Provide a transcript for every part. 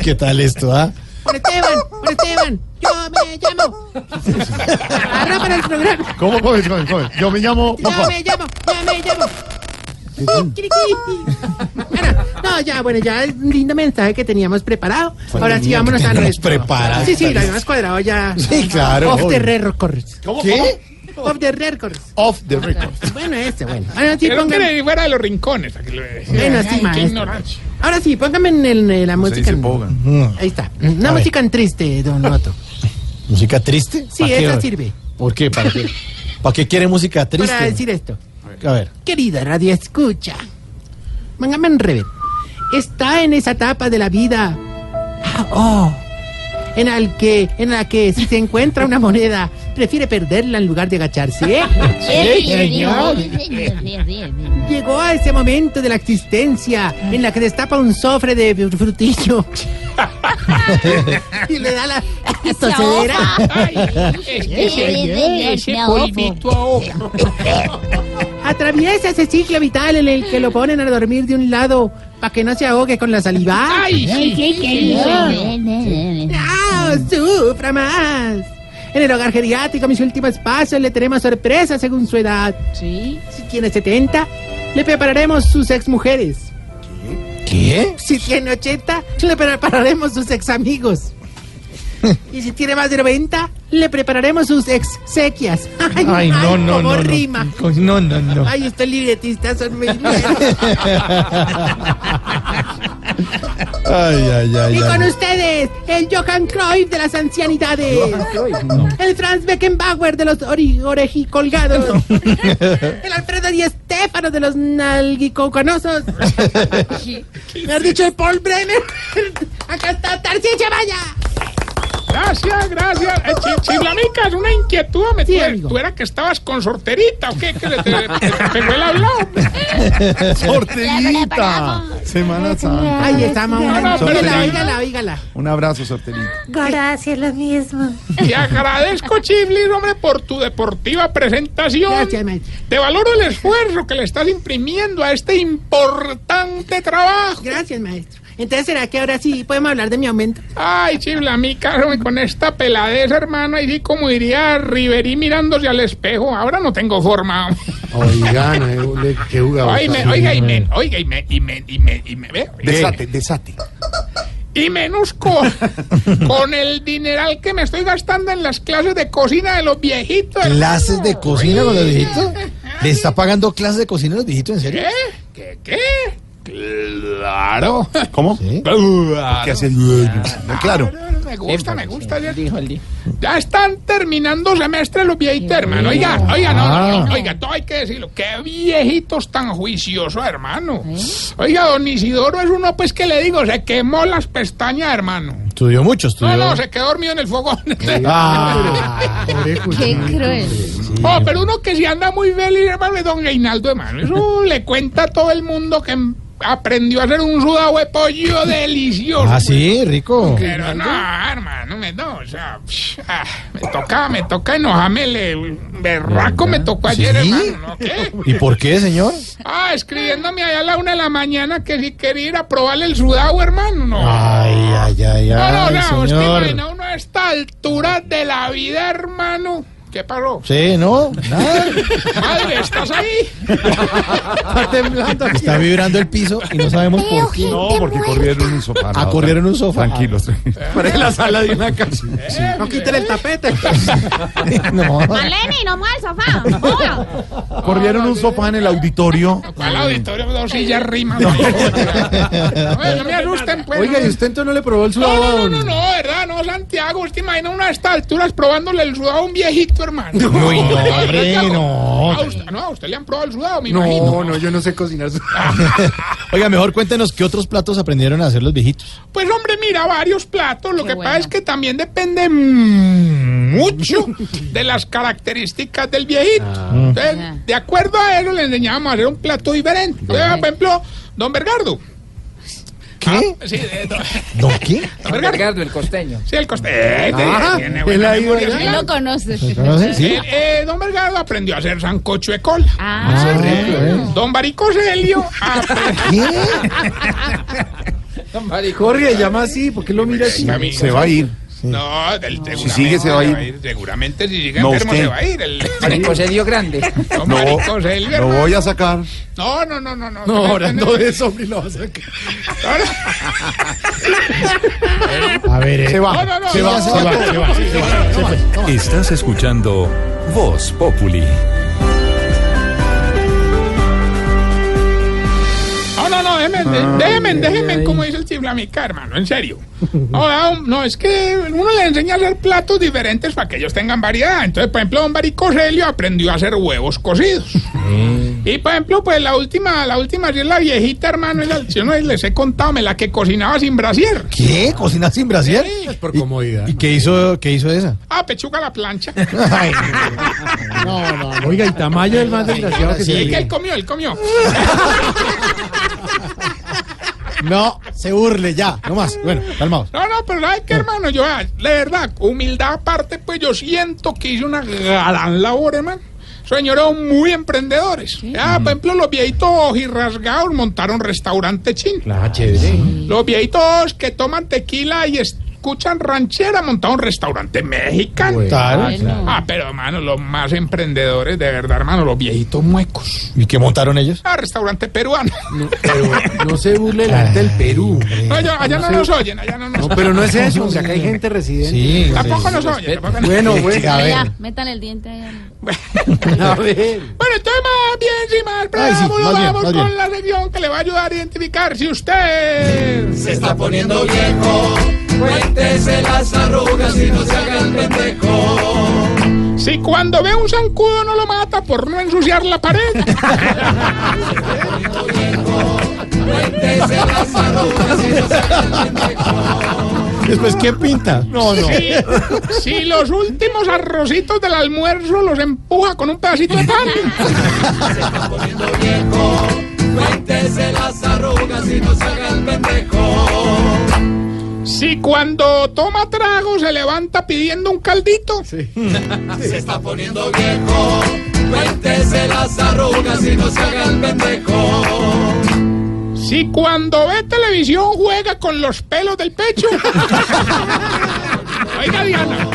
¿Qué tal esto, ah? Por Esteban, por Esteban, yo me llamo. Arroba para el programa. ¿Cómo? ¿Cómo? ¿Cómo? ¿Cómo? Yo me llamo Yo Papá. me llamo, yo me llamo. Kikiriki. Bueno, no, ya, bueno, ya el lindo mensaje que teníamos preparado. Ahora sí, mío, vámonos que a teníamos nuestro. preparado. Sí, sí, lo habíamos cuadrado ya. Sí, claro. Off the records. ¿Cómo? ¿Qué? Off the records. Off the record. Bueno, este, bueno. Ahora sí, Pero pongan- que le fuera de los rincones. a que le- Bueno, sí, Ay, maestro. qué ignorancia. Ahora sí, póngame en, el- en la música. Mm, Ahí está. A Una ver. música en triste, don Loto. ¿Música triste? Sí, ¿Pa' qué? esa sirve. ¿Por qué? ¿Para qué? ¿Para qué quiere música triste? Para decir esto. A ver. Querida radio escucha, póngame en rever. Está en esa etapa de la vida ah, oh, en, al que, en la que si se encuentra una moneda, prefiere perderla en lugar de agacharse. ¿eh? Llegó a ese momento de la existencia en la que destapa un sofre de fr- frutillo y le da la la tosedera. Ay, es que se- ese Me ahogo. polvito ahoga. Atraviesa ese ciclo vital en el que lo ponen a dormir de un lado para que no se ahogue con la saliva. Ay, sí, ¡No! ¡Ah, ¡Sufra más! En el hogar geriátrico, mis últimos pasos, le tenemos sorpresas según su edad. Sí. Si tiene 70, le prepararemos sus ex mujeres. ¿Qué? Si tiene 80, le prepararemos sus ex amigos. Y si tiene más de 90, le prepararemos sus ex sequias. Ay, ay, cómo rima. No, no, no. Ay, estos libretistas son muy buenos. Ay, ay, ay. Y ay. con ustedes, el Johan Cruyff de las ancianidades. El Franz Beckenbauer de los ori- orejicolgados. El Alfredo Di Estefano de los nalgicoconosos. Me has dicho el Paul Bremer. Acá está Tarcilla Vaya. Gracias, gracias. Eh, chi- Chiflamicas, una inquietud. Me Sí, tuve- amigo. ¿Tú era que estabas con sorterita o qué? Que le te, te- te pegó el hablado. Sortelita. Semana Santa. Ahí estamos. no, pero- Oígala, oígala, oígala. Un abrazo, Sortelita. Gracias, lo mismo. Te agradezco, Chiflis, hombre, por tu deportiva presentación. Gracias, maestro. Te valoro el esfuerzo que le estás imprimiendo a este importante trabajo. Gracias, maestro. Entonces, ¿será que ahora sí podemos hablar de mi aumento? Ay, chiflamica, hombre, con esta peladez, hermano, ahí sí como diría Riverí mirándose al espejo. Ahora no tengo forma. Oigan, eh, qué jugador. Ay, me- oiga, y men, oiga, y men, y men, y men, y men, ve. Desate, desate. Y menos con, con el dineral que me estoy gastando en las clases de cocina de los viejitos. ¿Clases de cocina con los viejitos? ¿Le está pagando clases de cocina a los viejitos, en serio? ¿Qué? ¿Qué? ¿Qué? Claro. ¿Cómo? ¿Sí? Claro. ¿Qué hace? Ah, Claro. Me gusta, me gusta. ya- Ya están terminando semestre los viejitos, hermano. Oiga, oiga, no, no, Ah. no, oiga, todo hay que decirlo. Qué viejitos tan juiciosos, hermano. Oiga, don Isidoro es uno, pues, que le digo, se quemó las pestañas, hermano. Estudió mucho, estudió. No, no, se quedó dormido en el fogón. Ah, Qué cruel. Oh, pero uno que si anda muy feliz, hermano, es don Reinaldo, hermano. Eso le cuenta a todo el mundo que em- aprendió a hacer un sudado de pollo delicioso. ah, sí, rico. Pero no, hermano, me, no, o sea, psh, ah, me toca, me toca enojarme, le, berraco me tocó ayer, ¿Sí? hermano, ¿no? ¿Qué? ¿Y por qué, señor? Ah, escribiéndome allá a la una de la mañana que si quería ir a probarle el sudado, hermano, no. Ay, ay, ay, No, no, Ah, ay, no, usted imagina señor. uno a esta altura de la vida, hermano. ¿Qué pasó? Sí, ¿no? Nada. Madre, ¿estás ahí? Está temblando. Está vibrando el piso y no sabemos por qué. No, porque corrieron un sofá. Ah, corrieron un sofá. Ah, Tranquilos. Parece la sala de una casa. No quiten el tapete. No. Maleni, no mueva el sofá. Mueva. Corrieron un sofá en el auditorio. ¿Cuál auditorio? Dos sillas riman. No, no, no me asusten, pues. Oiga, ¿y usted entonces no le probó el No, sudado? a no, no, don- no, no, verdad, no, Santiago. Usted imagina uno a estas alturas probándole el sudado a un viejito, hermano. Uy, no, hombre, no. A usted, no, a usted le han probado el sudado, me imagino. No, no, yo no sé cocinar sudado. Ah, Oiga, mejor cuéntenos qué otros platos aprendieron a hacer los viejitos. Pues, hombre, mira, varios platos. Lo Qué que pasa bueno. es que también depende mm, mucho de las características del viejito. Entonces, Ah. de acuerdo a eso, le enseñábamos a hacer un plato diferente. Entonces, por ejemplo, don Bergardo. ¿Qué? Sí, eh, don, ¿No qué? don Bergardo. el costeño. Sí, el coste. eh, Ah, tiene él buena ha ido memoria, allá. sí. No lo conoces. ¿Conocen? Sí. Eh, eh, don Bergardo aprendió a hacer sancocho de cola. Ah, Ah, bueno. Don Barico Celio apre- ¿Qué? Corre, llama así, porque lo mira así. Venga, mi- Se va a ir. No, él seguramente sigue, se va a ir. Seguramente si sigue No, enfermo usted. se va a ir. El, Marico Celio grande. no, No, marico, se- el- Lo voy a sacar. no, no, no, no, no. No, orando de eso, hombre, lo va a sacar. A ver, eh. Se va. No, no, no, se va, no, se va, se va. Estás escuchando Voz Populi. No, no, no, déjenme, de- déjenme, déjenme, como dice el chiflamica, hermano, en serio. No, no, no, es que uno le enseña a hacer platos diferentes para que ellos tengan variedad. Entonces, por ejemplo, don Baricoselio aprendió a hacer huevos cocidos. Mm. Y por ejemplo, pues la última, la última, sí es la viejita, hermano, es la- yo no les he contado, me la que cocinaba sin brasier. ¿Qué? ¿Cocina sin brasier? Sí. Por comodidad. ¿Y qué hizo, qué hizo esa? Ah, pechuga a la plancha. Ay, No, no. Oiga, y Tamayo es el más desgraciado que Y se que él ve. comió, él comió. no, se burle ya, no más. Bueno, calmaos. No, no, pero ¿sabes qué, hermano? Yo, ah, la verdad, humildad aparte, pues yo siento que hice una gran labor, hermano. Señores muy emprendedores. Ah, por ejemplo, los viejitos y rasgados montaron restaurante chino. Ah, Claro, chévere. Los viejitos que toman tequila y escuchan ranchera montaron restaurante mexicano. Claro. Ah, pero hermano, los más emprendedores, de verdad, hermano, los viejitos muecos. ¿Y qué montaron ellos? Ah, restaurante peruano. No, pero no se burle la gente del Perú. No, allá, allá no nos oyen, allá no nos No, oyen. pero no es eso. O sea, que hay gente residente. Sí. Tampoco nos oyen. tampoco nos- Bueno, bueno. A Ya, ver. métale el diente ahí. al- A ver. Bueno, entonces más bien, sin más Ay, sí, preámbulo, más bien, vamos más con bien. la sección que le va a ayudar a identificar si usted... Se está poniendo viejo. Cuéntese las arrugas y no se haga el pendejo. Si cuando ve un zancudo no lo mata por no ensuciar la pared. Cuéntese las arrugas y no se haga el Después, pues, ¿qué pinta? No, no. Si, si los últimos arrocitos del almuerzo los empuja con un pedacito de pan. pendejo. Cuéntese las arrugas y no se haga el pendejo. Si cuando toma trago se levanta pidiendo un caldito. Se está poniendo viejo. Cuéntese las arrugas y no se haga el pendejo. Si cuando ve televisión juega con los pelos del pecho. Oiga, Diana.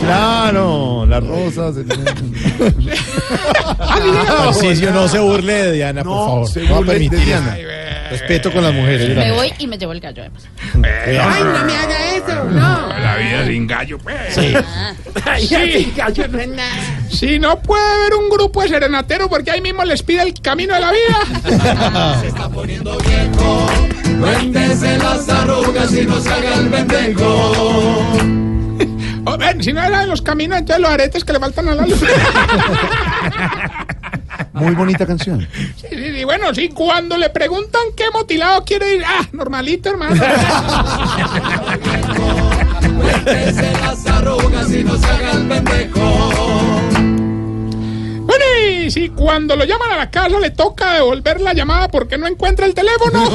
Claro, las rosas. Ah, sí, dígame. Tarcisio, no se burle de Diana, por favor. se No va a burle de permitir Diana. eso. Respeto con las mujeres. yo Me también. voy y me llevo el gallo además. Ay, no me haga eso, no. La vida sin gallo, pues. Sí. Ah, Ay, Sí. así, gallo no es nada. Si no puede ver un grupo de serenateros porque ahí mismo les pide el camino de la vida. Cuéntese las arrugas y no se haga el pendejo. O Oh, ven, si no era de los caminos, entonces los aretes que le faltan a la luz. Muy bonita canción. Sí, sí, sí, bueno, sí, cuando le preguntan qué motilado quiere ir, ah, normalito, hermano. Cuéntese las arrugas y no se haga el pendejo. Bueno, y si cuando lo llaman a la casa le toca devolver la llamada porque no encuentra el teléfono.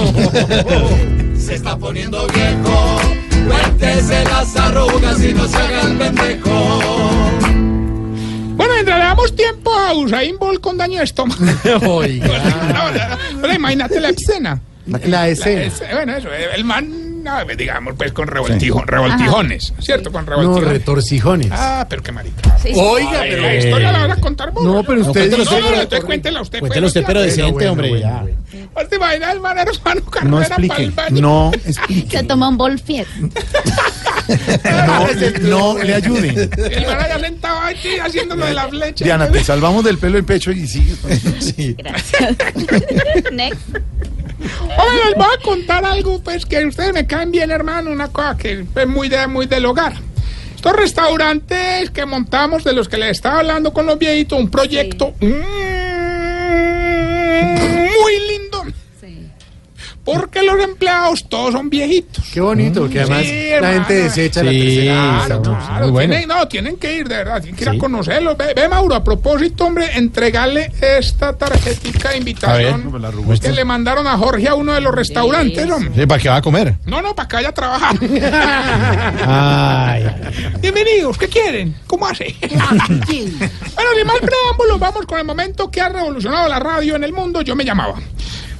Se está poniendo viejo. Cuéntese las arrugas y no se haga el pendejo. Bueno, mientras le damos tiempo a Usain Bolt con daño de estómago. No, no, no, imagínate la escena. La escena. Es- bueno, eso, eh, el man, no, digamos, pues con revoltijo- revoltijones, ¿cierto? Con No, revoltijones. retorcijones. Ah, pero qué marica. Sí, sí. Oiga, Ay, la historia la van a contar vos. No, pero usted No, cuéntelo no, usted, no, pero- entonces cuéntela usted. pues, Cuéntelo usted, ya. pero Bueno, decente, bueno, hombre. bueno, ya. bueno. ¿Te imaginas, hermano, hermano, Carrera No pa'l explique. baño? No explique. Se toma un bolfiet. No, no le ayude. El man allá sentado aquí haciéndolo de la flecha. Diana, te salvamos del pelo el pecho y sigue. Sí. Gracias. Next. Oye, les voy a contar algo, pues, que ustedes me caen bien, hermano, una cosa que es pues, muy, de, muy del hogar. Estos restaurantes que montamos, de los que les estaba hablando con los viejitos, un proyecto mm, muy lindo. Sí. Porque los empleados todos son viejitos. Qué bonito, Mm. porque además la hermano. gente desecha la Sí, tercera. claro, edad, ¿no? muy bueno. tienen, no, tienen que ir, de verdad, tienen que ir Sí. a conocerlos. Ve, ve, Mauro, a propósito, hombre, entregarle esta tarjetita de A ver, Pues, invitación que le mandaron a Jorge a uno de los restaurantes, hombre. Sí, ¿Para qué va a comer? No, no, para que vaya a trabajar. Ay, Bienvenidos, ¿qué quieren? ¿Cómo hace? bueno, sin más preámbulos, vamos con el momento que ha revolucionado la radio en el mundo. Yo me llamaba.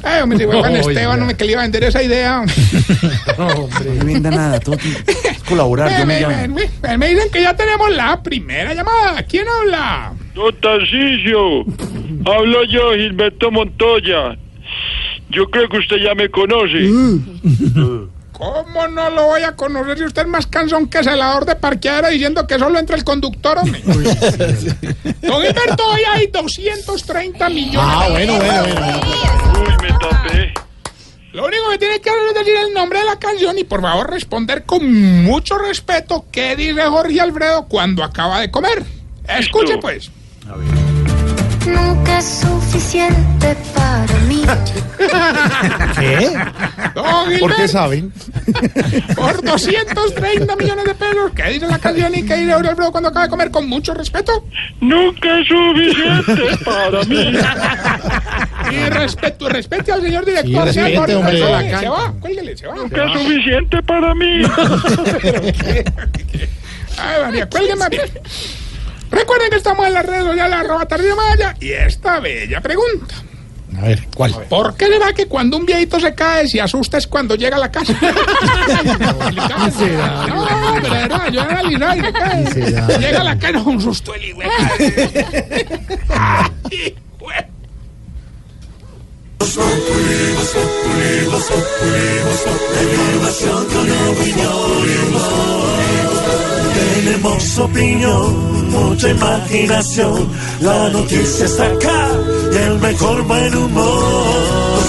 Eh, hombre, si fue Juan Esteban, hombre, que le iba a vender esa idea. No venda nada, todo tiene que colaborar, yo Ven, me ven, llamo. ven, ven, me dicen que ya tenemos la primera llamada. ¿Quién habla? Don Tarcisio, hablo yo, Gilberto Montoya. Yo creo que usted ya me conoce. ¿Cómo no lo voy a conocer si usted es más cansón que celador de parqueadero diciendo que solo entra el conductor, hombre? Don Gilberto, hoy hay 230 millones. Ah, bueno, bueno, bueno. Uy, me tapé. Lo único que tiene que hacer es decir el nombre de la canción y por favor responder con mucho respeto qué dice Jorge Alfredo cuando acaba de comer. Escuche Listo. pues. Nunca es suficiente para mí. ¿Qué? Don ¿Por qué Gilberto, saben? por 230 millones de pesos, ¿qué dice la canción y qué dice Jorge Alfredo cuando acaba de comer con mucho respeto? Nunca es suficiente para mí. Y respeto, respete al señor director. Sí, señor respete, Jorge, hombre. se va, Se va, cuélguele, se va. Nunca es suficiente para mí. Ay, María, cuelgue, María. Recuerden que estamos en las redes sociales, arroba Tarcisio Maya, y esta bella pregunta. A ver, ¿cuál? ¿Por qué será que cuando un viejito se cae, se asusta es cuando llega a la casa? no, no, pero de verdad, yo he analizado y se cae. Llega a la casa con un susto el hijo. de madre. Ay, hijo de- Tenemos opinión, mucha imaginación. La noticia está acá y el mejor buen humor.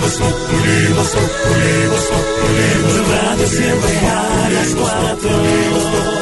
Los populimos, populimos, populimos, populimos. Radio siempre a las cuatro.